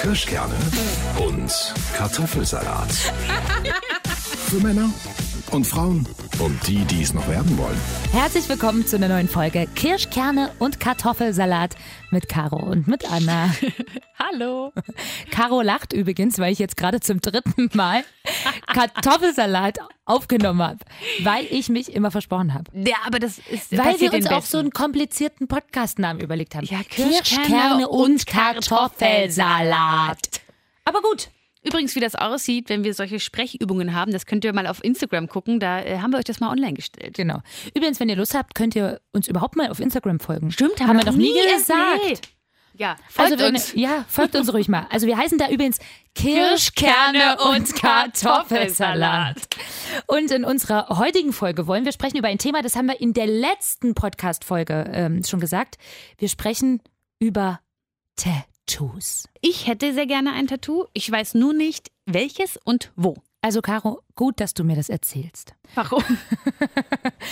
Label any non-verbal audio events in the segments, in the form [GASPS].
Kirschkerne und Kartoffelsalat. [LAUGHS] Für Männer und Frauen und die, die es noch werden wollen. Herzlich willkommen zu einer neuen Folge Kirschkerne und Kartoffelsalat mit Caro und mit Anna. [LAUGHS] Hallo. Caro lacht übrigens, weil ich jetzt gerade zum dritten Mal Kartoffelsalat aufgenommen habe, weil ich mich immer versprochen habe. Ja, aber das ist Weil passiert wir uns den auch so einen komplizierten Podcastnamen überlegt haben. Ja, Kirschkerne und Kartoffelsalat. Aber gut. Übrigens, wie das aussieht, wenn wir solche Sprechübungen haben, das könnt ihr mal auf Instagram gucken. Da äh, haben wir euch das mal online gestellt. Genau. Übrigens, wenn ihr Lust habt, könnt ihr uns überhaupt mal auf Instagram folgen. Stimmt, haben wir noch nie gesagt. Nee. Ja, folgt also wenn, uns. ja, folgt uns ruhig mal. Also wir heißen da übrigens Kirschkerne und Kartoffelsalat. Und in unserer heutigen Folge wollen wir sprechen über ein Thema, das haben wir in der letzten Podcast-Folge ähm, schon gesagt. Wir sprechen über Tattoos. Ich hätte sehr gerne ein Tattoo. Ich weiß nur nicht, welches und wo. Also Caro, gut, dass du mir das erzählst. Warum?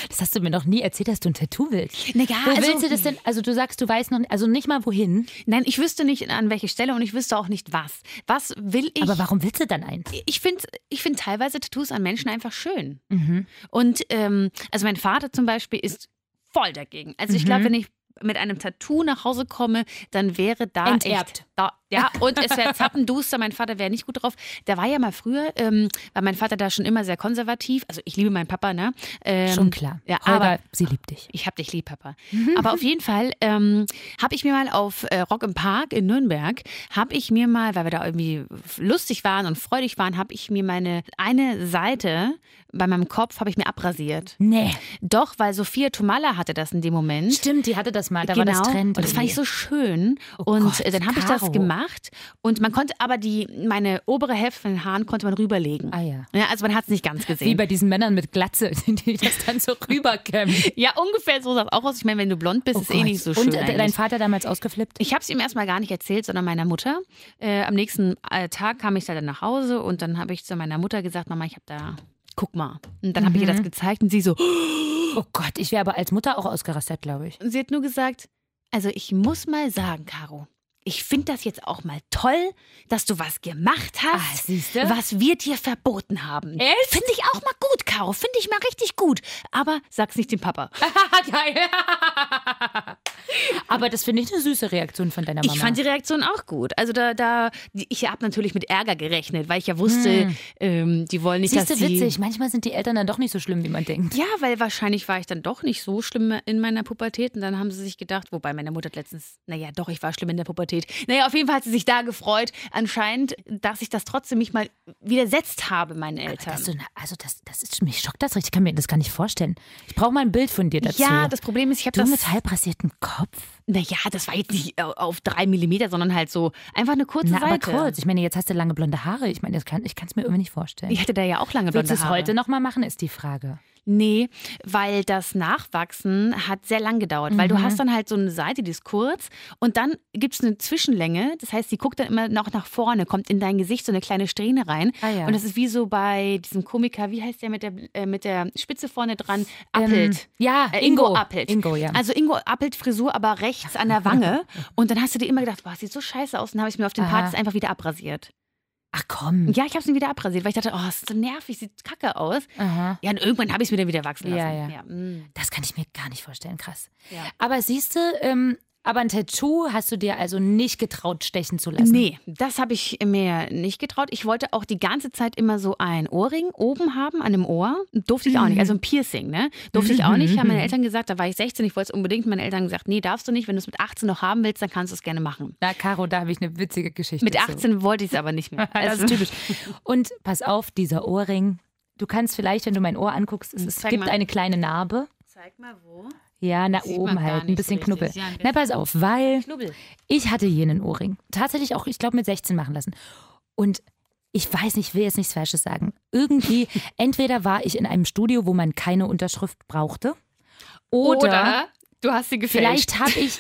Das hast du mir noch nie erzählt, dass du ein Tattoo willst. Naja, Wo also- willst du das denn? Also du sagst, du weißt noch, also nicht mal wohin. Nein, ich wüsste nicht, an welche Stelle und ich wüsste auch nicht, was. Was will ich? Aber warum willst du dann eins? ich finde ich find teilweise Tattoos an Menschen einfach schön. Mhm. Und ähm, also mein Vater zum Beispiel ist voll dagegen. Also ich Mhm. glaube, wenn ich mit einem Tattoo nach Hause komme, dann wäre da Enterbt. Echt, da, ja, und es [LAUGHS] wäre zappenduster. Mein Vater wäre nicht gut drauf. Der war ja mal früher, ähm, war mein Vater da schon immer sehr konservativ. Also ich liebe meinen Papa, ne? Ähm, Schon klar. Ja, aber aber sie liebt dich. ich hab dich lieb, Papa. Aber auf jeden Fall ähm, habe ich mir mal auf äh, Rock im Park in Nürnberg, habe ich mir mal, weil wir da irgendwie lustig waren und freudig waren, habe ich mir meine eine Seite bei meinem Kopf habe ich mir abrasiert. Nee. Doch, weil Sophia Tomala hatte das in dem Moment. Stimmt, die hatte das mal, da genau. war das Trend. Und das fand ich irgendwie. so schön. und Gott, äh, dann habe ich das Caro. gemacht. Und man konnte aber die, meine obere Hälfte von den Haaren konnte man rüberlegen. Ah ja. ja also man hat es nicht ganz gesehen. Wie bei diesen Männern mit Glatze, [LAUGHS] die das dann [LAUGHS] so rüberkämmen. ja, ungefähr so sah es auch aus. Ich meine, wenn du blond bist, ist eh nicht so schön. Und äh, eigentlich. dein Vater damals ausgeflippt? Ich habe es ihm erstmal gar nicht erzählt, sondern meiner Mutter. Äh, am nächsten äh, Tag kam ich da dann nach Hause und dann habe ich zu meiner Mutter gesagt, Mama, ich habe da, guck mal. Und dann habe ich ihr das gezeigt und sie so, [GASPS] Oh Gott, ich wäre aber als Mutter auch ausgerastet, glaube ich. und sie hat nur gesagt, also ich muss mal sagen, Caro, ich finde das jetzt auch mal toll, dass du was gemacht Ah, hast, siehste. was wir dir verboten haben. Echt? Finde ich auch mal gut, Caro, finde ich mal richtig gut. Aber sag's nicht dem Papa. Ah, Geil. [LAUGHS] aber das finde ich eine süße Reaktion von deiner Mama. Ich fand die Reaktion auch gut. Also da, da ich habe natürlich mit Ärger gerechnet, weil ich ja wusste, ähm, die wollen nicht, Siehst dass du, sie witzig, manchmal sind die Eltern dann doch nicht so schlimm, wie man denkt. Ja, weil wahrscheinlich war ich dann doch nicht so schlimm in meiner Pubertät. Und dann haben sie sich gedacht, wobei meine Mutter hat letztens, naja, doch, ich war schlimm in der Pubertät. Naja, auf jeden Fall hat sie sich da gefreut, anscheinend, dass ich das trotzdem mich mal widersetzt habe, meinen Eltern. Das ist so eine, also das, das ist, mich schockt das richtig, ich kann mir das gar nicht vorstellen. Ich brauche mal ein Bild von dir dazu. ja, das Problem ist, ich habe Du das. mit halbrasiertem Kopf? Naja, das war jetzt nicht äh, auf drei Millimeter, sondern halt so einfach eine kurze Na, aber Seite. kurz. Ich meine, jetzt hast du lange blonde Haare. Ich meine, das kann, ich kann es mir irgendwie nicht vorstellen. Ich hatte da ja auch lange Willst blonde du es Haare. heute nochmal machen, ist die Frage. Nee, weil das Nachwachsen hat sehr lang gedauert, weil Mhm. du hast dann halt so eine Seite, die ist kurz und dann gibt es eine Zwischenlänge. Das heißt, die guckt dann immer noch nach vorne, kommt in dein Gesicht so eine kleine Strähne rein. Ah ja. Und das ist wie so bei diesem Komiker, wie heißt der mit der, äh, mit der Spitze vorne dran? Appelt. ja, Äh, Ingo, Ingo. Appelt. Ingo, Ähm, ja. Also Ingo Appelt Frisur, aber rechts an der [LAUGHS] Wange. Und dann hast du dir immer gedacht, boah, sieht so scheiße aus. Und dann habe ich mir auf den Aha. Mhm. Partys einfach wieder abrasiert. Ach komm. Ja, ich habe es mir wieder abrasiert, weil ich dachte, oh, das ist so nervig, sieht kacke aus. Aha. Ja, und irgendwann habe ich es mir dann wieder wachsen lassen. Ja, ja. mm. Das kann ich mir gar nicht vorstellen, krass. Ja. Aber siehst du, ähm, aber ein Tattoo hast du dir also nicht getraut, stechen zu lassen. Nee, das habe ich mir nicht getraut. Ich wollte auch die ganze Zeit immer so ein Ohrring oben haben an dem Ohr. Durfte ich auch nicht. Also ein Piercing, ne? Durfte ich auch nicht. Haben meine Eltern gesagt, da war ich 16, ich wollte es unbedingt. Meine Eltern haben gesagt, nee, darfst du nicht. Wenn du es mit 18 noch haben willst, dann kannst du es gerne machen. Na, Caro, da habe ich eine witzige Geschichte. Mit zu. 18 wollte ich es aber nicht mehr. [LAUGHS] Also, Das ist typisch. Und pass auf, dieser Ohrring. Du kannst vielleicht, wenn du mein Ohr anguckst, es, es Zeig gibt mal. eine kleine Narbe. Zeig mal wo. Ja, nach Sieht man oben gar halt, ein nicht bisschen so Knubbel. richtig. Ja, ein Na, pass auf, weil Knubbel. ich hatte jenen Ohrring. Tatsächlich auch, ich glaube, mit 16 machen lassen. Und ich weiß nicht, ich will jetzt nichts Falsches sagen. Irgendwie, [LAUGHS] entweder war ich in einem Studio, wo man keine Unterschrift brauchte, oder, Oder du hast sie gefälscht. vielleicht habe ich.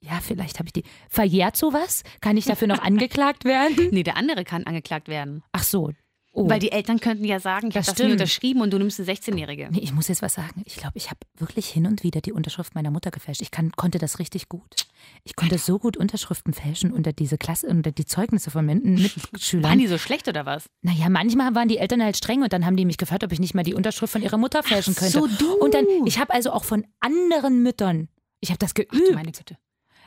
Ja, vielleicht habe ich die. [LAUGHS] Verjährt sowas? Kann ich dafür noch angeklagt werden? Nee, der andere kann angeklagt werden. Ach so. Oh. Weil die Eltern könnten ja sagen, ich habe Das das nie stimmt. unterschrieben und du nimmst eine 16-Jährige. Nee, ich muss jetzt was sagen. Ich glaube, ich habe wirklich hin und wieder die Unterschrift meiner Mutter gefälscht. Ich kann, konnte das richtig gut. Ich konnte so gut Unterschriften fälschen unter diese Klasse, unter die Zeugnisse von Min- [LAUGHS] Waren Mitschülern. die so schlecht oder was? Naja, manchmal waren die Eltern halt streng und dann haben die mich gefragt, ob ich nicht mal die Unterschrift von ihrer Mutter fälschen könnte. so, du. Und dann, ich habe also auch von anderen Müttern, ich habe das geübt. Du meine Güte.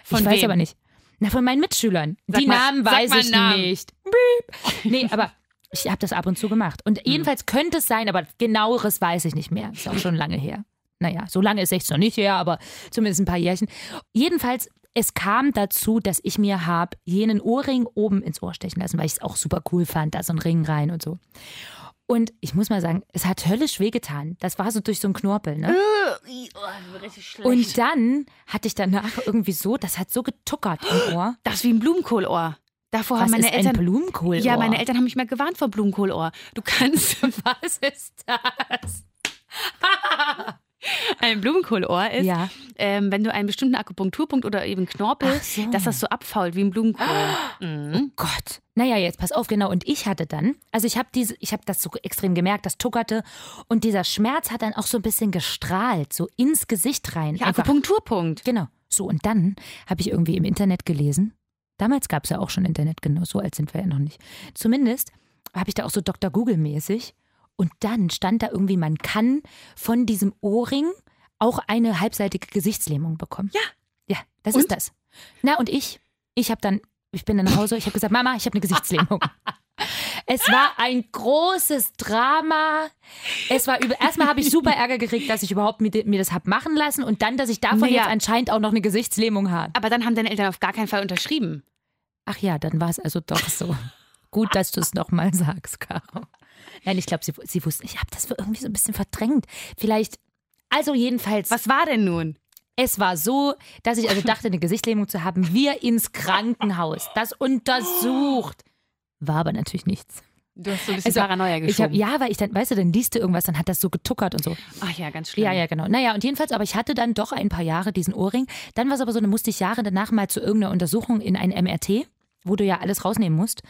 Von ich weiß wem? aber nicht. Na, von meinen Mitschülern. Sag die mal- Namen sag weiß mal ich Namen. nicht. Beep. Nee, aber ich habe das ab und zu gemacht. Und Hm. jedenfalls könnte es sein, aber genaueres weiß ich nicht mehr. Ist auch schon lange her. Naja, so lange ist 16 noch nicht her, aber zumindest ein paar Jährchen. Jedenfalls, es kam dazu, dass ich mir habe jenen Ohrring oben ins Ohr stechen lassen, weil ich es auch super cool fand, da so ein Ring rein und so. Und ich muss mal sagen, es hat höllisch wehgetan. Das war so durch so einen Knorpel, ne? Und dann hatte ich danach irgendwie so, das hat so getuckert im Ohr. Das ist wie ein Blumenkohlohr. Davor Was haben Oh, meine ist ein Eltern. Blumenkohl? Oh. ja, meine Eltern haben mich mal gewarnt vor Blumenkohlohr. Du [LAUGHS] kannst. [LAUGHS] Was ist das? Ein Blumenkohlohr ist, Ja. ähm, wenn du einen bestimmten Akupunkturpunkt oder eben Knorpel, Ach so. dass das so abfault wie [GASPS] ein Blumenkohl. Mhm. Gott. Naja, jetzt pass auf, genau. Und ich hatte dann, also ich habe diese, ich habe das so extrem gemerkt, das tuckerte. Und dieser Schmerz hat dann auch so ein bisschen gestrahlt, so ins Gesicht rein. Ja, Einfach- Akupunkturpunkt. Genau. So, und dann habe ich irgendwie im Internet gelesen. Damals gab es ja auch schon Internet, genau, so alt sind wir ja noch nicht. Zumindest habe ich da auch so Dr. Google-mäßig. Und dann stand da irgendwie, man kann von diesem Ohrring auch eine halbseitige Gesichtslähmung bekommen. Ja. Ja, das Und? ist das. Na, und ich, ich habe dann, ich bin dann nach Hause, ich habe gesagt, Mama, ich habe eine Gesichtslähmung. Es war ein großes Drama. Es war über. Erstmal habe ich super Ärger gekriegt, dass ich überhaupt mir, mir das hab machen lassen und dann, dass ich davon Naja. jetzt anscheinend auch noch eine Gesichtslähmung habe. Aber dann haben deine Eltern auf gar keinen Fall unterschrieben. Ach ja, dann war es also doch so. Gut, dass du es nochmal sagst, Caro. Nein, ich glaube, sie, sie wussten, ich habe das irgendwie so ein bisschen verdrängt. Vielleicht. Also jedenfalls, Was war denn nun? es war so, dass [LAUGHS] ich also dachte, eine Gesichtslähmung zu haben. Wir ins Krankenhaus, das untersucht. War aber natürlich nichts. Du hast so ein bisschen Paranoia Also, ich hab, geschoben. ja, weil ich dann, weißt du, dann liest du irgendwas, dann hat das so getuckert und so. Ach ja, ganz schlimm. Ja, ja, genau. Naja, und jedenfalls, aber ich hatte dann doch ein paar Jahre diesen Ohrring. Dann war es aber so, dann musste ich Jahre danach mal zu irgendeiner Untersuchung in ein MRT, wo du ja alles rausnehmen musst.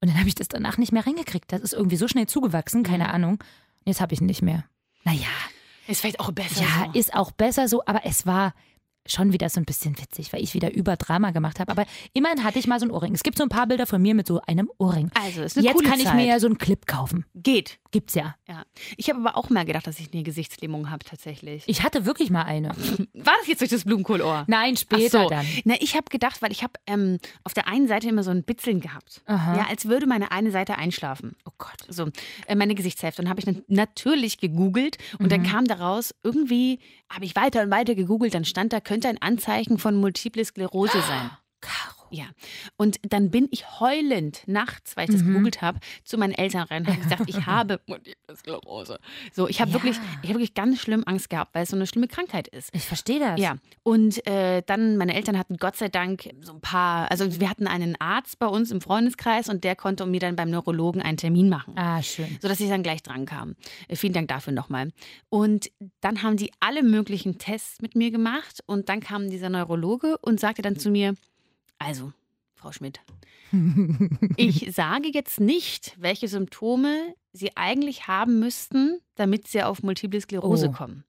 Und dann habe ich das danach nicht mehr reingekriegt. Das ist irgendwie so schnell zugewachsen, Mhm. keine Ahnung. Und jetzt habe ich ihn nicht mehr. Naja, Ist vielleicht auch besser. ja, so. ist auch besser so, aber es war schon wieder so ein bisschen witzig, weil ich wieder über Drama gemacht habe. Aber immerhin hatte ich mal so einen Ohrring. Es gibt so ein paar Bilder von mir mit so einem Ohrring. Also, ist eine Jetzt coole kann ich Zeit. mir ja so einen Clip kaufen. Geht. Gibt's ja. Ja. Ich habe aber auch mal gedacht, dass ich eine Gesichtslähmung habe, tatsächlich. Ich hatte wirklich mal eine. War das jetzt durch das Blumenkohlohr? Nein, Ach später so. dann. Na, ich habe gedacht, weil ich habe ähm, auf der einen Seite immer so ein Bitzeln gehabt. Aha. Ja, als würde meine eine Seite einschlafen. Oh Gott. So, äh, meine Gesichtshälfte. Und habe ich dann natürlich gegoogelt und Mhm. dann kam daraus, irgendwie habe ich weiter und weiter gegoogelt, dann stand da, könnte ein Anzeichen von Multiple Sklerose sein. Caro. Ja. Und dann bin ich heulend nachts, weil ich das Mhm. gegoogelt habe, zu meinen Eltern rein und habe gesagt, [LAUGHS] ich habe Multiple Sklerose. So, ich habe Ja. wirklich, ich habe wirklich ganz schlimm Angst gehabt, weil es so eine schlimme Krankheit ist. Ich verstehe das. Ja, und äh, dann, meine Eltern hatten Gott sei Dank so ein paar, also wir hatten einen Arzt bei uns im Freundeskreis und der konnte mir dann beim Neurologen einen Termin machen. Ah, schön. Sodass ich dann gleich dran kam. Äh, Vielen Dank dafür nochmal. Und dann haben die alle möglichen Tests mit mir gemacht und dann kam dieser Neurologe und sagte dann zu mir, also, Frau [LAUGHS] Schmidt, ich sage jetzt nicht, welche Symptome Sie eigentlich haben müssten, damit Sie auf Multiple Sklerose Oh. kommen.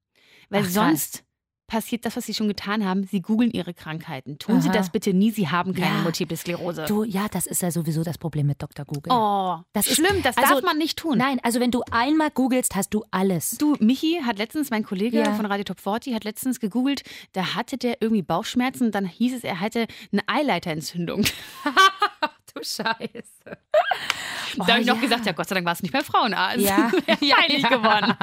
Weil Ach, krass. sonst passiert das, was Sie schon getan haben. Sie googeln Ihre Krankheiten. Tun Sie Aha. das bitte nie. Sie haben keine Ja. Multiple Sklerose. Du, ja, das ist ja sowieso das Problem mit Dr. Google. oh, Das ist- das ist schlimm. Das also- darf man nicht tun. Nein, also wenn du einmal googelst, hast du alles. Du, Michi hat letztens, mein Kollege Ja. von Radio Top 40 hat letztens gegoogelt, da hatte der irgendwie Bauchschmerzen, dann hieß es, er hätte eine Eileiterentzündung. [LAUGHS] Du Scheiße. da habe ich noch ja. gesagt, Oh ja Gott sei Dank war es nicht mehr Frauenarzt. [LAUGHS] Ja. Wäre Ja, peinlich ja. geworden.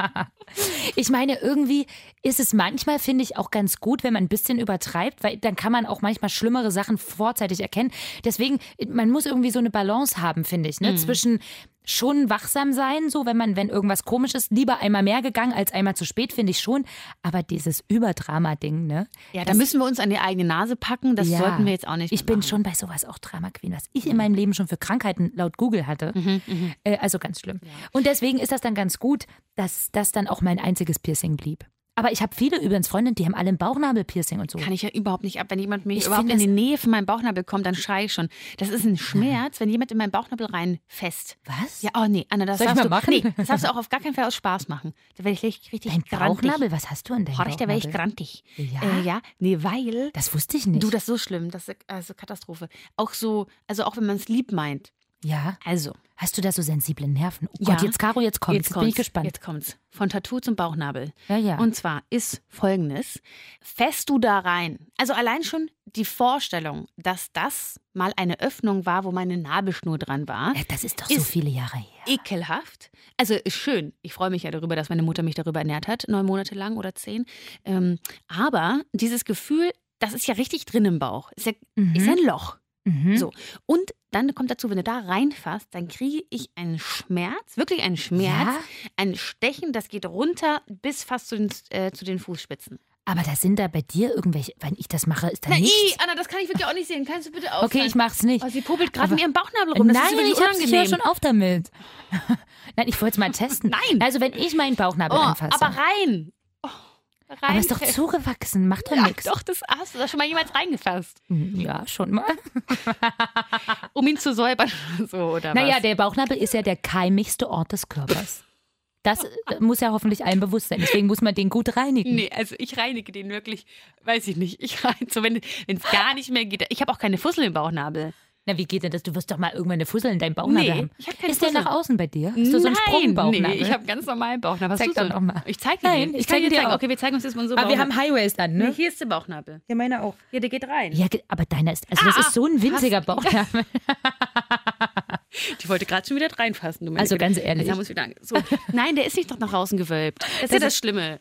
Ich meine, irgendwie ist es manchmal, finde ich, auch ganz gut, wenn man ein bisschen übertreibt, weil dann kann man auch manchmal schlimmere Sachen vorzeitig erkennen. Deswegen, man muss irgendwie so eine Balance haben, finde ich, ne? zwischen schon wachsam sein, so wenn man, wenn irgendwas komisch ist, lieber einmal mehr gegangen als einmal zu spät, finde ich schon. Aber dieses Überdrama-Ding, ne? [LAUGHS] Ja, da Das- müssen wir uns an die eigene Nase packen. Das Ja. sollten wir jetzt auch nicht. Ich bin machen. schon bei sowas auch Drama Queen, was ich in meinem Leben schon für Krankheiten laut Google hatte. Mhm, Äh, also ganz schlimm. Und deswegen ist das dann ganz gut, dass das dann auch mein einziges Piercing blieb. Aber ich habe viele übrigens Freundinnen, die haben alle ein Bauchnabelpiercing und so. Kann ich ja überhaupt nicht ab. Wenn jemand mich Ich überhaupt find in die das- Nähe von meinem Bauchnabel kommt, dann schreie ich schon. Das ist ein Schmerz, wenn jemand in meinen Bauchnabel reinfasst. Was? Ja, oh nee, Anna, das Soll ich darfst mal du machen? Nee, das darfst du auch auf gar keinen Fall aus Spaß machen. Da werde ich richtig, richtig Dein grantig. Bauchnabel? Was hast du an deinem Horch, da werde ich Bauchnabel? grantig. Ja? Äh, ja, nee, weil Das wusste ich nicht. Du, das ist so schlimm, das ist also Katastrophe. Auch so, also auch wenn man es lieb meint. ja. Also, Hast du da so sensible Nerven? Oh Ja. Gott, jetzt Caro, jetzt kommt's. Jetzt, bin ich gespannt. Jetzt kommt's. Von Tattoo zum Bauchnabel. Ja, ja. Und zwar ist folgendes: Fässt du da rein? Also allein schon die Vorstellung, dass das mal eine Öffnung war, wo meine Nabelschnur dran war. Ja, Äh, das ist doch so Ist- viele Jahre her. Ekelhaft. Also ist schön. Ich freue mich ja darüber, dass meine Mutter mich darüber ernährt hat, neun Monate lang oder zehn. Ähm, aber dieses Gefühl, das ist ja richtig drin im Bauch. Ist ja, ist ja ein Loch. Mhm. So. Und dann kommt dazu, wenn du da reinfasst, dann kriege ich einen Schmerz, wirklich einen Schmerz, Ja? ein Stechen, das geht runter bis fast zu den, äh, zu den Fußspitzen. Aber da sind da bei dir irgendwelche, wenn ich das mache, ist da Na, ih, nichts. Anna, das kann ich wirklich auch nicht sehen. Kannst du bitte aufhören? Okay, ich mach's nicht. Oh, sie popelt gerade Aber- mit ihrem Bauchnabel rum. Das Nein, ist wirklich ich hab's unangenehm. hier schon auf damit. [LAUGHS] Nein, ich wollte es mal testen. Nein. Also wenn ich meinen Bauchnabel oh, anfasse. aber rein. Oh, rein. aber ist doch zugewachsen, macht doch Ach, nichts. doch, das hast du da schon mal jemals reingefasst, Ja, schon mal. um ihn zu säubern [LAUGHS] oder so, oder Naja, was? der Bauchnabel ist ja der keimigste Ort des Körpers. Das äh, muss ja hoffentlich allen bewusst sein. Deswegen muss man den gut reinigen. Nee, also ich reinige den wirklich, weiß ich nicht. Ich rein, so wenn es gar nicht mehr geht. Ich habe auch keine Fussel im Bauchnabel. Na, wie geht denn das? Du wirst doch mal irgendwann eine Fussel in deinem Bauchnabel Nee, haben. ich hab keine ist der Fussel. nach außen bei dir? Hast du so einen Nein, Sprungbauchnabel? nee, ich habe ganz normalen Bauchnabel. Hast Zeig du so doch noch mal. Ich zeige dir Nein, den. ich kann zeig dir zeigen. auch. Okay, wir zeigen uns jetzt mal so aber wir haben Highways an, ne? Nee, hier ist der Bauchnabel. Ja, meine auch. Ja, der geht rein. Ja, ge- aber deiner ist, also das Ah, ist so ein winziger Bauchnabel. Die wollte gerade schon wieder reinfassen. Du meine Also Güte. ganz ehrlich. Jetzt haben wir's wieder ange- so. Nein, der ist nicht doch nach außen gewölbt. Das ist ja das Schlimme.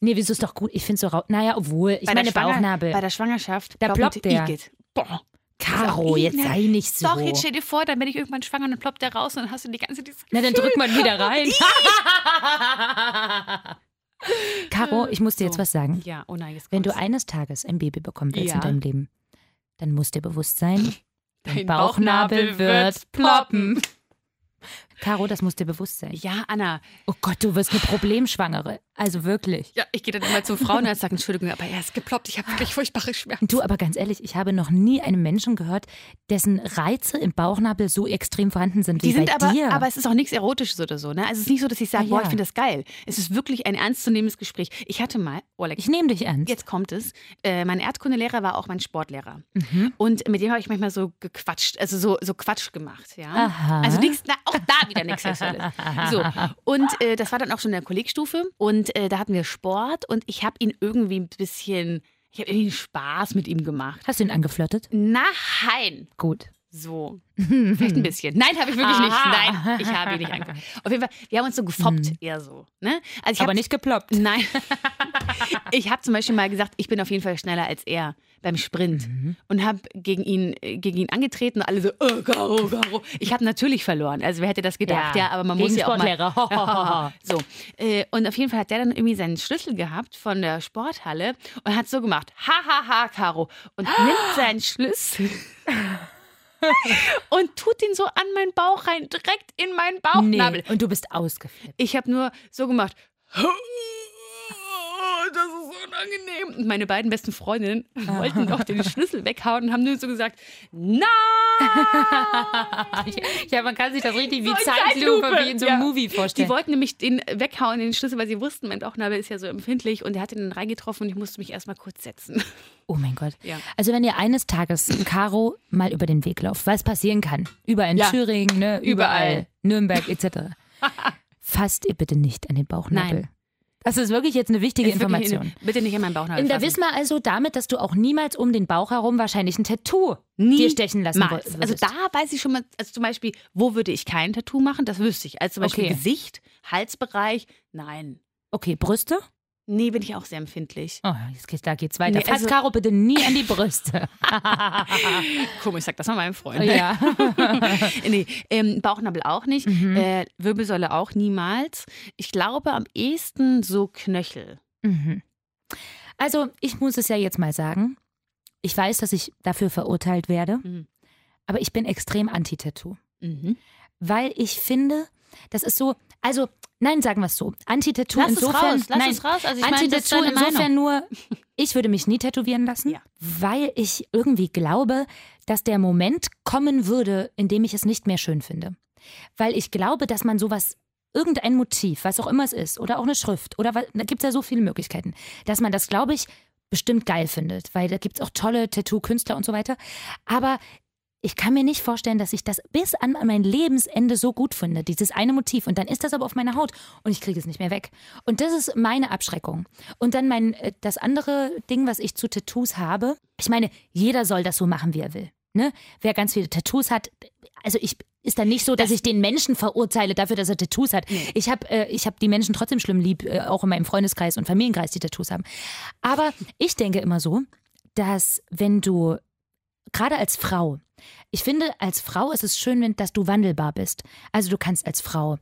Nee, wieso ist doch gut? Ich finde so rau. Naja, obwohl, ich meine Schwanger- Bauchnabel. Bei der Schwangerschaft. Da glaubt ploppt man, der. Igitt. Boah. Caro, jetzt Ih, ne? sei nicht so. Doch, jetzt stell dir vor, dann bin ich irgendwann schwanger und dann ploppt der raus und dann hast du die ganze dieses Na, dann drückt man wieder rein. [LAUGHS] Caro, ich muss dir jetzt So. was sagen. Ja, oh nein, jetzt Wenn du kommt's. eines Tages ein Baby bekommen willst Ja. in deinem Leben, dann muss dir bewusst [LAUGHS] sein, Dein Bauchnabel wird ploppen. Caro, das muss dir bewusst sein. Ja, Anna. Oh Gott, du wirst eine Problemschwangere. Also wirklich. Ja, ich gehe dann immer zum Frauenarzt und sage, Entschuldigung, aber er ist geploppt. Ich habe wirklich furchtbare Schmerzen. Du, aber ganz ehrlich, ich habe noch nie einen Menschen gehört, dessen Reize im Bauchnabel so extrem vorhanden sind wie Die sind bei aber, dir. aber es ist auch nichts Erotisches oder so. Ne? Also es ist nicht so, dass ich sage, Ah, boah, ja. ich finde das geil. Es ist wirklich ein ernstzunehmendes Gespräch. Ich hatte mal, oh, Oleg, ich nehme dich ernst. jetzt kommt es, äh, mein Erdkundelehrer war auch mein Sportlehrer. Und mit dem habe ich manchmal so gequatscht, also so, so Quatsch gemacht. Ja? Aha. Also nichts, na, auch da wieder nichts Sexuelles. So. Und äh, das war dann auch schon in der Kollegstufe. Und äh, da hatten wir Sport und ich habe ihn irgendwie ein bisschen, ich habe irgendwie Spaß mit ihm gemacht. Hast du ihn angeflirtet? Nein. Gut. [LAUGHS] So. Vielleicht ein bisschen. Nein, habe ich Aha. wirklich Hm. nicht. Nein, ich habe ihn nicht angeguckt. Auf jeden Fall, wir haben uns so gefoppt, eher so. Ne? Also ich aber hab- nicht geploppt. Nein. [LAUGHS] ich habe zum Beispiel mal gesagt, ich bin auf jeden Fall schneller als er beim Sprint Mhm. und habe gegen ihn, äh, gegen ihn angetreten und alle so, oh, Garo, Garo. Ich habe natürlich verloren. Also wer hätte das gedacht? Ja, Ja, aber man gegen muss ja auch Sportlehrer. Ho, ho, [LAUGHS] ho, ho. mal. [LAUGHS] so. Äh, Und auf jeden Fall hat der dann irgendwie seinen Schlüssel gehabt von der Sporthalle und hat so gemacht, ha, ha, ha, Caro. Und nimmt seinen Schlüssel [LAUGHS] und tut ihn so an meinen Bauch rein, direkt in meinen Bauchnabel. Nee. Und du bist ausgeflippt. Ich habe nur so gemacht. [LAUGHS] Das ist unangenehm. Und meine beiden besten Freundinnen wollten doch den Schlüssel weghauen und haben nur so gesagt, nein! Ah, Ja, man kann sich das richtig wie So in Ja. Die wollten nämlich den weghauen, den Schlüssel, weil sie wussten, mein Bauchnabel ist ja so empfindlich und er hat ihn dann reingetroffen und ich musste mich erstmal [LAUGHS] kurz setzen. Oh mein Gott. Ja. Also wenn ihr eines Tages Caro mal über den Weg lauft, was passieren kann, überall in Ja. Thüringen, ne, überall, Überall. Nürnberg [LAUGHS] etc., fasst ihr bitte nicht an den Bauchnabel. Nein. Das ist wirklich jetzt eine wichtige Ist wirklich Information. In, bitte nicht in meinen Bauchnabel. In der fassen. wissen wir also damit, dass du auch niemals um den Bauch herum wahrscheinlich ein Tattoo Nie dir stechen lassen mals. wolltest. Also da weiß ich schon mal, also zum Beispiel, wo würde ich kein Tattoo machen? Das wüsste ich. Also zum Beispiel Okay. Gesicht, Halsbereich, nein. Okay, Brüste? Nee, bin ich auch sehr empfindlich. [LAUGHS] Oh, jetzt geht's, da geht's weiter. Nee, Fass also- Caro bitte nie an die [LAUGHS] Brüste. Komisch, ich sag das mal meinem Freund. ja. [LAUGHS] nee, ähm, Bauchnabel auch nicht. Mhm. Äh, Wirbelsäule auch niemals. Ich glaube am ehesten so Knöchel. Mhm. Also, ich muss es ja jetzt mal sagen. Ich weiß, dass ich dafür verurteilt werde, Mhm. Mhm. aber ich bin extrem anti-Tattoo, weil ich finde, das ist so, also nein, sagen wir es so. Anti-Tattoo Lass es insofern. raus, lass nein, es raus. Also ich meine, das ist Anti-Tattoo deine Meinung. insofern nur, ich würde mich nie tätowieren lassen, Ja. weil ich irgendwie glaube, dass der Moment kommen würde, in dem ich es nicht mehr schön finde. Weil ich glaube, dass man sowas, irgendein Motiv, was auch immer es ist, oder auch eine Schrift, oder was- da gibt es ja so viele Möglichkeiten, dass man das, glaube ich, bestimmt geil findet, weil da gibt es auch tolle Tattoo-Künstler und so weiter. Aber ich kann mir nicht vorstellen, dass ich das bis an mein Lebensende so gut finde, dieses eine Motiv. Und dann ist das aber auf meiner Haut und ich kriege es nicht mehr weg. Und das ist meine Abschreckung. Und dann mein, äh, das andere Ding, was ich zu Tattoos habe. Ich meine, jeder soll das so machen, wie er will. Ne? Wer ganz viele Tattoos hat, also ich ist dann nicht so, dass ich den Menschen verurteile dafür, dass er Tattoos hat. Ich habe äh, ich hab die Menschen trotzdem schlimm lieb, äh, auch in meinem Freundeskreis und Familienkreis, die Tattoos haben. Aber ich denke immer so, dass wenn du gerade als Frau, ich finde, als Frau ist es schön, wenn- dass du wandelbar bist. Also du kannst als Frau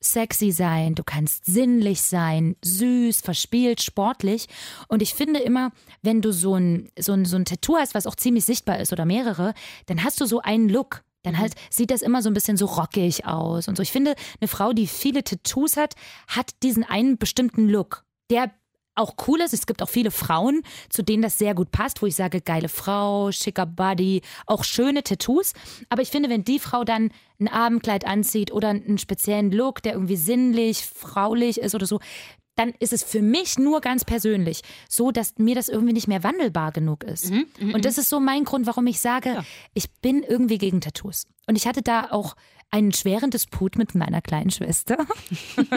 sexy sein, du kannst sinnlich sein, süß, verspielt, sportlich. Und ich finde immer, wenn du so ein, so ein, so ein Tattoo hast, was auch ziemlich sichtbar ist oder mehrere, dann hast du so einen Look. Dann halt sieht das immer so ein bisschen so rockig aus und so. Ich finde, eine Frau, die viele Tattoos hat, hat diesen einen bestimmten Look, der auch cool ist. Es gibt auch viele Frauen, zu denen das sehr gut passt, wo ich sage, geile Frau, schicker Body, auch schöne Tattoos. Aber ich finde, wenn die Frau dann ein Abendkleid anzieht oder einen speziellen Look, der irgendwie sinnlich, fraulich ist oder so, dann ist es für mich nur ganz persönlich so, dass mir das irgendwie nicht mehr wandelbar genug ist. Und das ist so mein Grund, warum ich sage, ich bin irgendwie gegen Tattoos. Und ich hatte da auch einen schweren Disput mit meiner kleinen Schwester. [LAUGHS]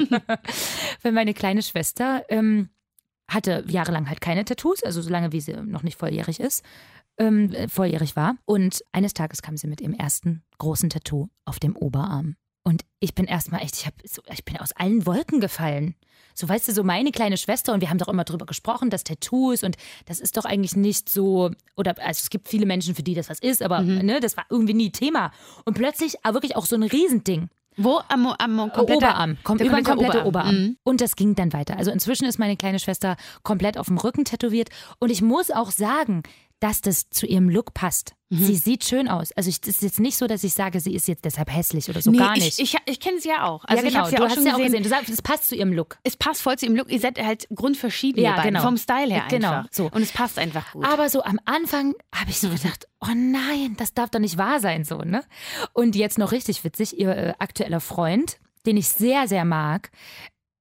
Weil meine kleine Schwester ähm, hatte jahrelang halt keine Tattoos, also solange wie sie noch nicht volljährig ist, ähm, äh, volljährig war. Und eines Tages kam sie mit ihrem ersten großen Tattoo auf dem Oberarm. Und ich bin erstmal echt, ich, hab, so- ich bin aus allen Wolken gefallen. So weißt du, so meine kleine Schwester und wir haben doch immer drüber gesprochen, dass Tattoos und das ist doch eigentlich nicht so, oder also es gibt viele Menschen, für die das was ist, aber ne, das war irgendwie nie Thema. Und plötzlich ah, wirklich auch so ein Riesending. Wo am, am kompletter, Oberarm. Kommt der über den kompletten Oberarm. Mhm. Und das ging dann weiter. Also inzwischen ist meine kleine Schwester komplett auf dem Rücken tätowiert. Und ich muss auch sagen, dass das zu ihrem Look passt. Mhm. Sie sieht schön aus. Also es ist jetzt nicht so, dass ich sage, sie ist jetzt deshalb hässlich oder so. Nee, gar nicht. Ich, ich, ich kenne sie ja auch. Also ja, genau. ich habe sie du auch hast schon ja auch gesehen. gesehen. Du sagst, es passt zu ihrem Look. Es passt voll zu ihrem Look. Ihr seid halt grundverschieden Ja, ihr beiden. genau. vom Style her Genau, einfach. so. Und es passt einfach gut. Aber so am Anfang habe ich so gedacht, oh nein, das darf doch nicht wahr sein, so, ne? Und jetzt noch richtig witzig, ihr äh, aktueller Freund, den ich sehr, sehr mag,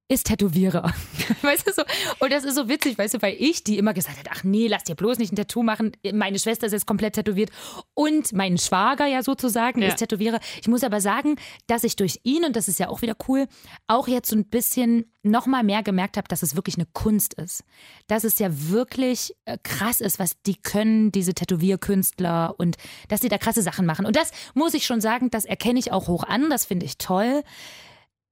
ist Tätowierer. [LAUGHS] Weißt du so? Und das ist so witzig, weißt du, weil ich, die immer gesagt hat, ach nee, lass dir bloß nicht ein Tattoo machen. Meine Schwester ist jetzt komplett tätowiert und mein Schwager ja sozusagen Ja. ist Tätowierer. Ich muss aber sagen, dass ich durch ihn, und das ist ja auch wieder cool, auch jetzt so ein bisschen nochmal mehr gemerkt habe, dass es wirklich eine Kunst ist. Dass es ja wirklich äh, krass ist, was die können, diese Tätowierkünstler und dass die da krasse Sachen machen. Und das muss ich schon sagen, das erkenne ich auch hoch an, das finde ich toll.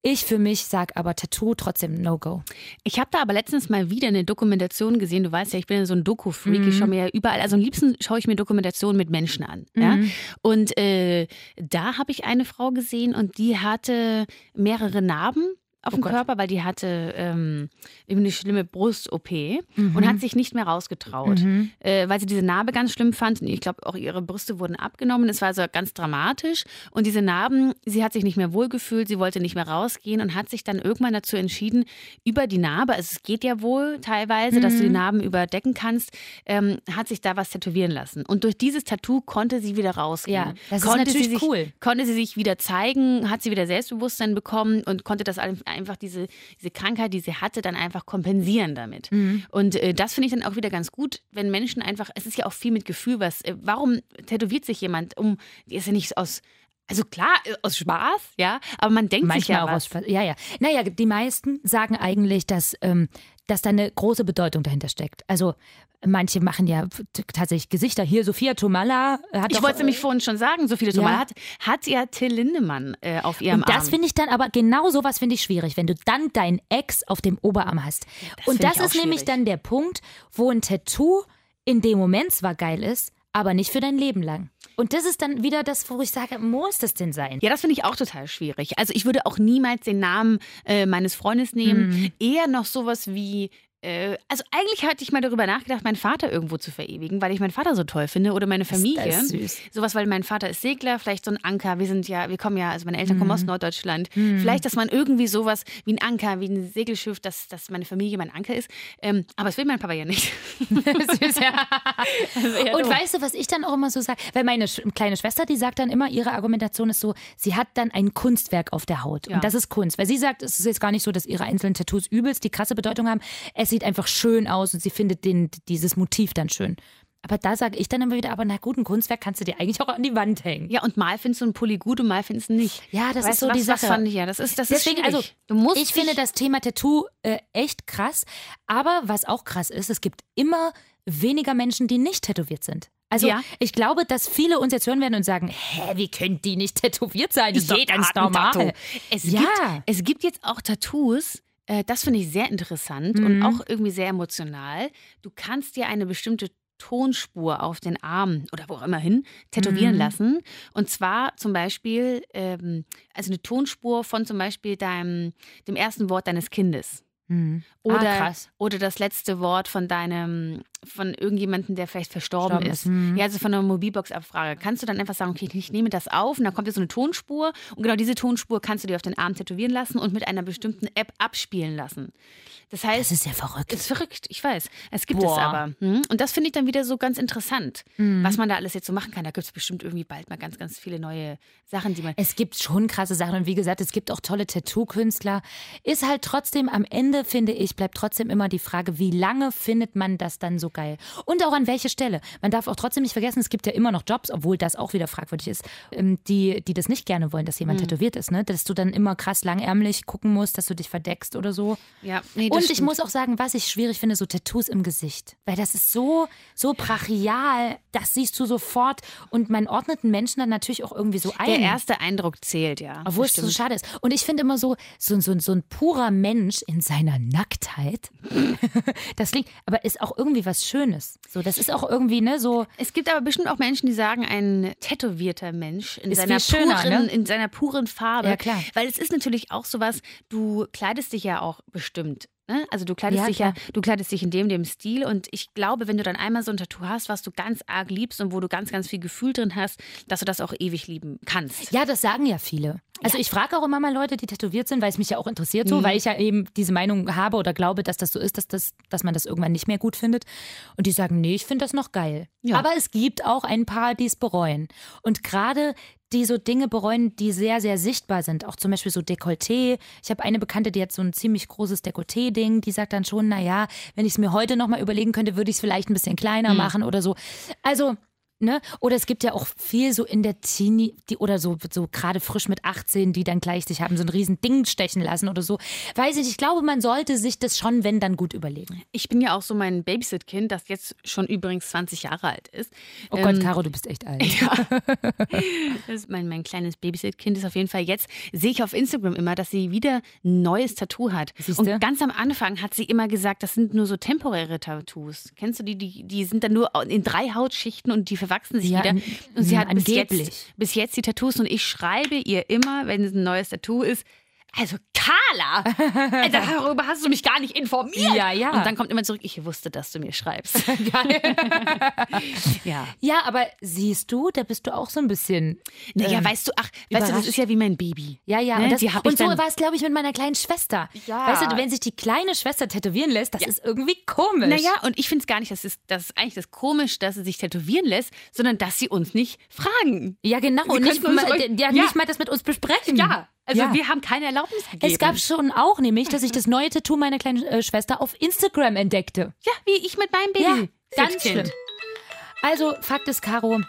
Ich für mich sag aber Tattoo trotzdem No-Go. Ich habe da aber letztens mal wieder eine Dokumentation gesehen. Du weißt ja, ich bin ja so ein Doku-Freak. Ich schaue mir ja überall, also am liebsten schaue ich mir Dokumentationen mit Menschen an. Ja? Und äh, da habe ich eine Frau gesehen und die hatte mehrere Narben auf dem Gott. Körper, weil die hatte ähm, eben eine schlimme Brust-OP und hat sich nicht mehr rausgetraut, äh, weil sie diese Narbe ganz schlimm fand. Und Ich glaube, auch ihre Brüste wurden abgenommen. Es war also ganz dramatisch. Und diese Narben, sie hat sich nicht mehr wohlgefühlt, sie wollte nicht mehr rausgehen und hat sich dann irgendwann dazu entschieden, über die Narbe, also es geht ja wohl teilweise, dass Mhm. du die Narben überdecken kannst, ähm, hat sich da was tätowieren lassen. Und durch dieses Tattoo konnte sie wieder rausgehen. Ja, das ist konnte natürlich sie sich, cool. Konnte sie sich wieder zeigen, hat sie wieder Selbstbewusstsein bekommen und konnte das ein- einfach, diese, diese Krankheit, die sie hatte, dann einfach kompensieren damit. Mhm. Und äh, das finde ich dann auch wieder ganz gut, wenn Menschen einfach, es ist ja auch viel mit Gefühl, was, äh, warum tätowiert sich jemand um, die ist ja nicht aus, also klar, äh, aus Spaß, ja, aber man denkt sich Manchmal ja auch aus was. Spaß. Ja, ja. Naja, die meisten sagen eigentlich, dass, ähm, dass da eine große Bedeutung dahinter steckt. Also manche machen ja t- tatsächlich Gesichter. Hier, Sophia Tomala hat Ich doch, wollte nämlich vorhin schon sagen, so viele Ja. Tomate hat, hat ja Till Lindemann äh, auf ihrem Und das Arm. finde ich dann aber, genau sowas finde ich schwierig, wenn du dann deinen Ex auf dem Oberarm hast. und find das ich auch ist nämlich schwierig. dann der Punkt, wo ein Tattoo in dem Moment zwar geil ist, aber nicht für dein Leben lang. Und das ist dann wieder das, wo ich sage, muss das denn sein? Ja, das finde ich auch total Mhm. schwierig. Also ich würde auch niemals den Namen äh, meines Freundes nehmen. Eher noch sowas wie Äh, also eigentlich hatte ich mal darüber nachgedacht, meinen Vater irgendwo zu verewigen, weil ich meinen Vater so toll finde oder meine Familie. das süß. Sowas, weil mein Vater ist Segler, vielleicht so ein Anker. Wir sind ja, wir kommen ja, also meine Eltern kommen Mhm. aus Norddeutschland. Vielleicht, dass man irgendwie sowas wie ein Anker, wie ein Segelschiff, dass, dass meine Familie mein Anker ist. Ähm, aber das will mein Papa ja nicht. [LAUGHS] Süß, ja. eher Und doof. weißt du, was ich dann auch immer so sage? Weil meine Sch kleine Schwester, die sagt dann immer, ihre Argumentation ist so, sie hat dann ein Kunstwerk auf der Haut. Ja. Und das ist Kunst. Weil sie sagt, es ist jetzt gar nicht so, dass ihre einzelnen Tattoos übelst die krasse Bedeutung haben. Es sieht einfach schön aus und sie findet den, dieses Motiv dann schön. Aber da sage ich dann immer wieder, aber na gut, ein Kunstwerk kannst du dir eigentlich auch an die Wand hängen. Ja, und mal findest du einen Pulli gut und mal findest du ihn nicht. Ja, das Weißt ist so du, was, die Sache. Was fand ich ja. Das ist, das Deswegen, ist schwierig. also, du musst ich finde das Thema Tattoo äh, echt krass. Aber was auch krass ist, es gibt immer weniger Menschen, die nicht tätowiert sind. Also Ja. ich glaube, dass viele uns jetzt hören werden und sagen, hä, wie könnt die nicht tätowiert sein? Das ist doch ganz Artentattoo. normal. Es, Ja. gibt, es gibt jetzt auch Tattoos. äh, Das finde ich sehr interessant und auch irgendwie sehr emotional. Du kannst dir eine bestimmte Tonspur auf den Arm oder wo auch immer hin tätowieren lassen. Und zwar zum Beispiel, ähm, also eine Tonspur von zum Beispiel deinem, dem ersten Wort deines Kindes. Hm. Ah, Oder, krass. oder das letzte Wort von deinem, von irgendjemandem, der vielleicht verstorben Verstorben ist. ist, mhm. Ja, also von einer Mobilbox-Abfrage. Kannst du dann einfach sagen, okay, ich nehme das auf und dann kommt dir so eine Tonspur und genau diese Tonspur kannst du dir auf den Arm tätowieren lassen und mit einer bestimmten App abspielen lassen. Das Das heißt, ist ja verrückt. ist verrückt, ich weiß. Es gibt Boah. Mhm. es aber. Hm? Und das finde ich dann wieder so ganz interessant, was man da alles jetzt so machen kann. Da gibt es bestimmt irgendwie bald mal ganz, ganz viele neue Sachen, die man. Es gibt schon krasse Sachen und wie gesagt, es gibt auch tolle Tattoo-Künstler. Ist halt trotzdem am Ende, finde ich, bleibt trotzdem immer die Frage, wie lange findet man das dann so geil? Und auch an welche Stelle? Man darf auch trotzdem nicht vergessen, es gibt ja immer noch Jobs, obwohl das auch wieder fragwürdig ist, ähm, die, die das nicht gerne wollen, dass jemand Mhm. tätowiert ist, ne? Dass du dann immer krass langärmlich gucken musst, dass du dich verdeckst oder so. Ja, nee, das Und ich stimmt. muss auch sagen, was ich schwierig finde, so Tattoos im Gesicht. Weil das ist so, so brachial, das siehst du sofort. Und man ordnet einen Menschen dann natürlich auch irgendwie so ein. Der erste Eindruck zählt, ja. Obwohl es so Bestimmt. schade ist. Und ich finde immer so, so, so, so ein purer Mensch in seiner Nacktheit, [LAUGHS] das klingt, aber ist auch irgendwie was Schönes. So, das ist auch irgendwie, ne, so, Es gibt aber bestimmt auch Menschen, die sagen, ein tätowierter Mensch in, Ist seiner, viel schöner, puren, ne? in seiner puren Farbe. Ja, klar. Weil es ist natürlich auch sowas, du kleidest dich ja auch bestimmt. Ne? Also du kleidest Ja, dich ja, du kleidest dich in dem, dem Stil. Und ich glaube, wenn du dann einmal so ein Tattoo hast, was du ganz arg liebst und wo du ganz, ganz viel Gefühl drin hast, dass du das auch ewig lieben kannst. ja, das sagen ja viele. Also ich frage auch immer mal Leute, die tätowiert sind, weil es mich ja auch interessiert, so, weil ich ja eben diese Meinung habe oder glaube, dass das so ist, dass, das, dass man das irgendwann nicht mehr gut findet. Und die sagen, nee, ich finde das noch geil. Ja. Aber es gibt auch ein paar, die es bereuen. Und gerade die so Dinge bereuen, die sehr, sehr sichtbar sind. Auch zum Beispiel so Dekolleté. Ich habe eine Bekannte, die hat so ein ziemlich großes Dekolleté-Ding. Die sagt dann schon, naja, wenn ich es mir heute nochmal überlegen könnte, würde ich es vielleicht ein bisschen kleiner machen oder so. Also, ne? Oder es gibt ja auch viel so in der Teenie, die, oder so, so gerade frisch mit 18, die dann gleich sich haben so ein riesen Ding stechen lassen oder so. Weiß ich, nicht. ich glaube, man sollte sich das schon, wenn, dann gut überlegen. Ich bin ja auch so mein Babysit-Kind, das jetzt schon übrigens 20 Jahre alt ist. Oh Ähm, Gott, Caro, du bist echt alt. Das ist mein, mein kleines Babysit-Kind ist auf jeden Fall jetzt, sehe ich auf Instagram immer, dass sie wieder ein neues Tattoo hat. Siehste? Und ganz am Anfang hat sie immer gesagt, das sind nur so temporäre Tattoos. Kennst du die? Die, die sind dann nur in drei Hautschichten und die verwachsen sich Ja, wieder. an- Und sie mh, hat bis angeblich. jetzt, bis jetzt die Tattoos und ich schreibe ihr immer, wenn es ein neues Tattoo ist, also Carla, äh, darüber hast du mich gar nicht informiert. Ja, ja. Und dann kommt immer zurück, ich wusste, dass du [LAUGHS] mir schreibst. [LAUGHS] ja. Ja, aber siehst du, da bist du auch so ein bisschen. Naja, ähm, weißt du, ach, weißt du, das überrascht. ist ja wie mein Baby. Ja, ja, Ne? und, das, die hab ich und so dann- war es, glaube ich, mit meiner kleinen Schwester. Ja. Weißt du, wenn sich die kleine Schwester tätowieren lässt, das ist irgendwie komisch. Naja, und ich finde es gar nicht, das ist, das ist eigentlich das komisch, dass sie sich tätowieren lässt, sondern dass sie uns nicht fragen. Ja, genau. Und könnten nicht uns mal, ruhig- ja, Ja. nicht mal das mit uns besprechen. Ja, also Ja. wir haben keine Erlaubnis gegeben. Es gab schon auch nämlich, dass ich Mhm. das neue Tattoo meiner kleinen äh, Schwester auf Instagram entdeckte. ja, wie ich mit meinem Baby. ganz Sitzkind. schlimm. Also, Fakt ist, Caro,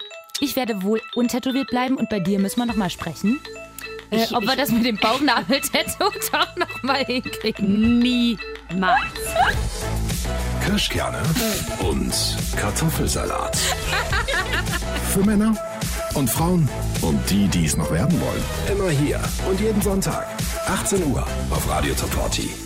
ich werde wohl untätowiert bleiben und bei dir müssen wir nochmal sprechen. Äh, Ich- ob wir ich- das mit dem Bauchnabel-Tattoo [LAUGHS] doch nochmal hinkriegen. Niemals. Kirschkerne und Kartoffelsalat. Für Männer und Frauen und die, die es noch werden wollen. Immer hier und jeden Sonntag, 18 Uhr auf Radio Toporti.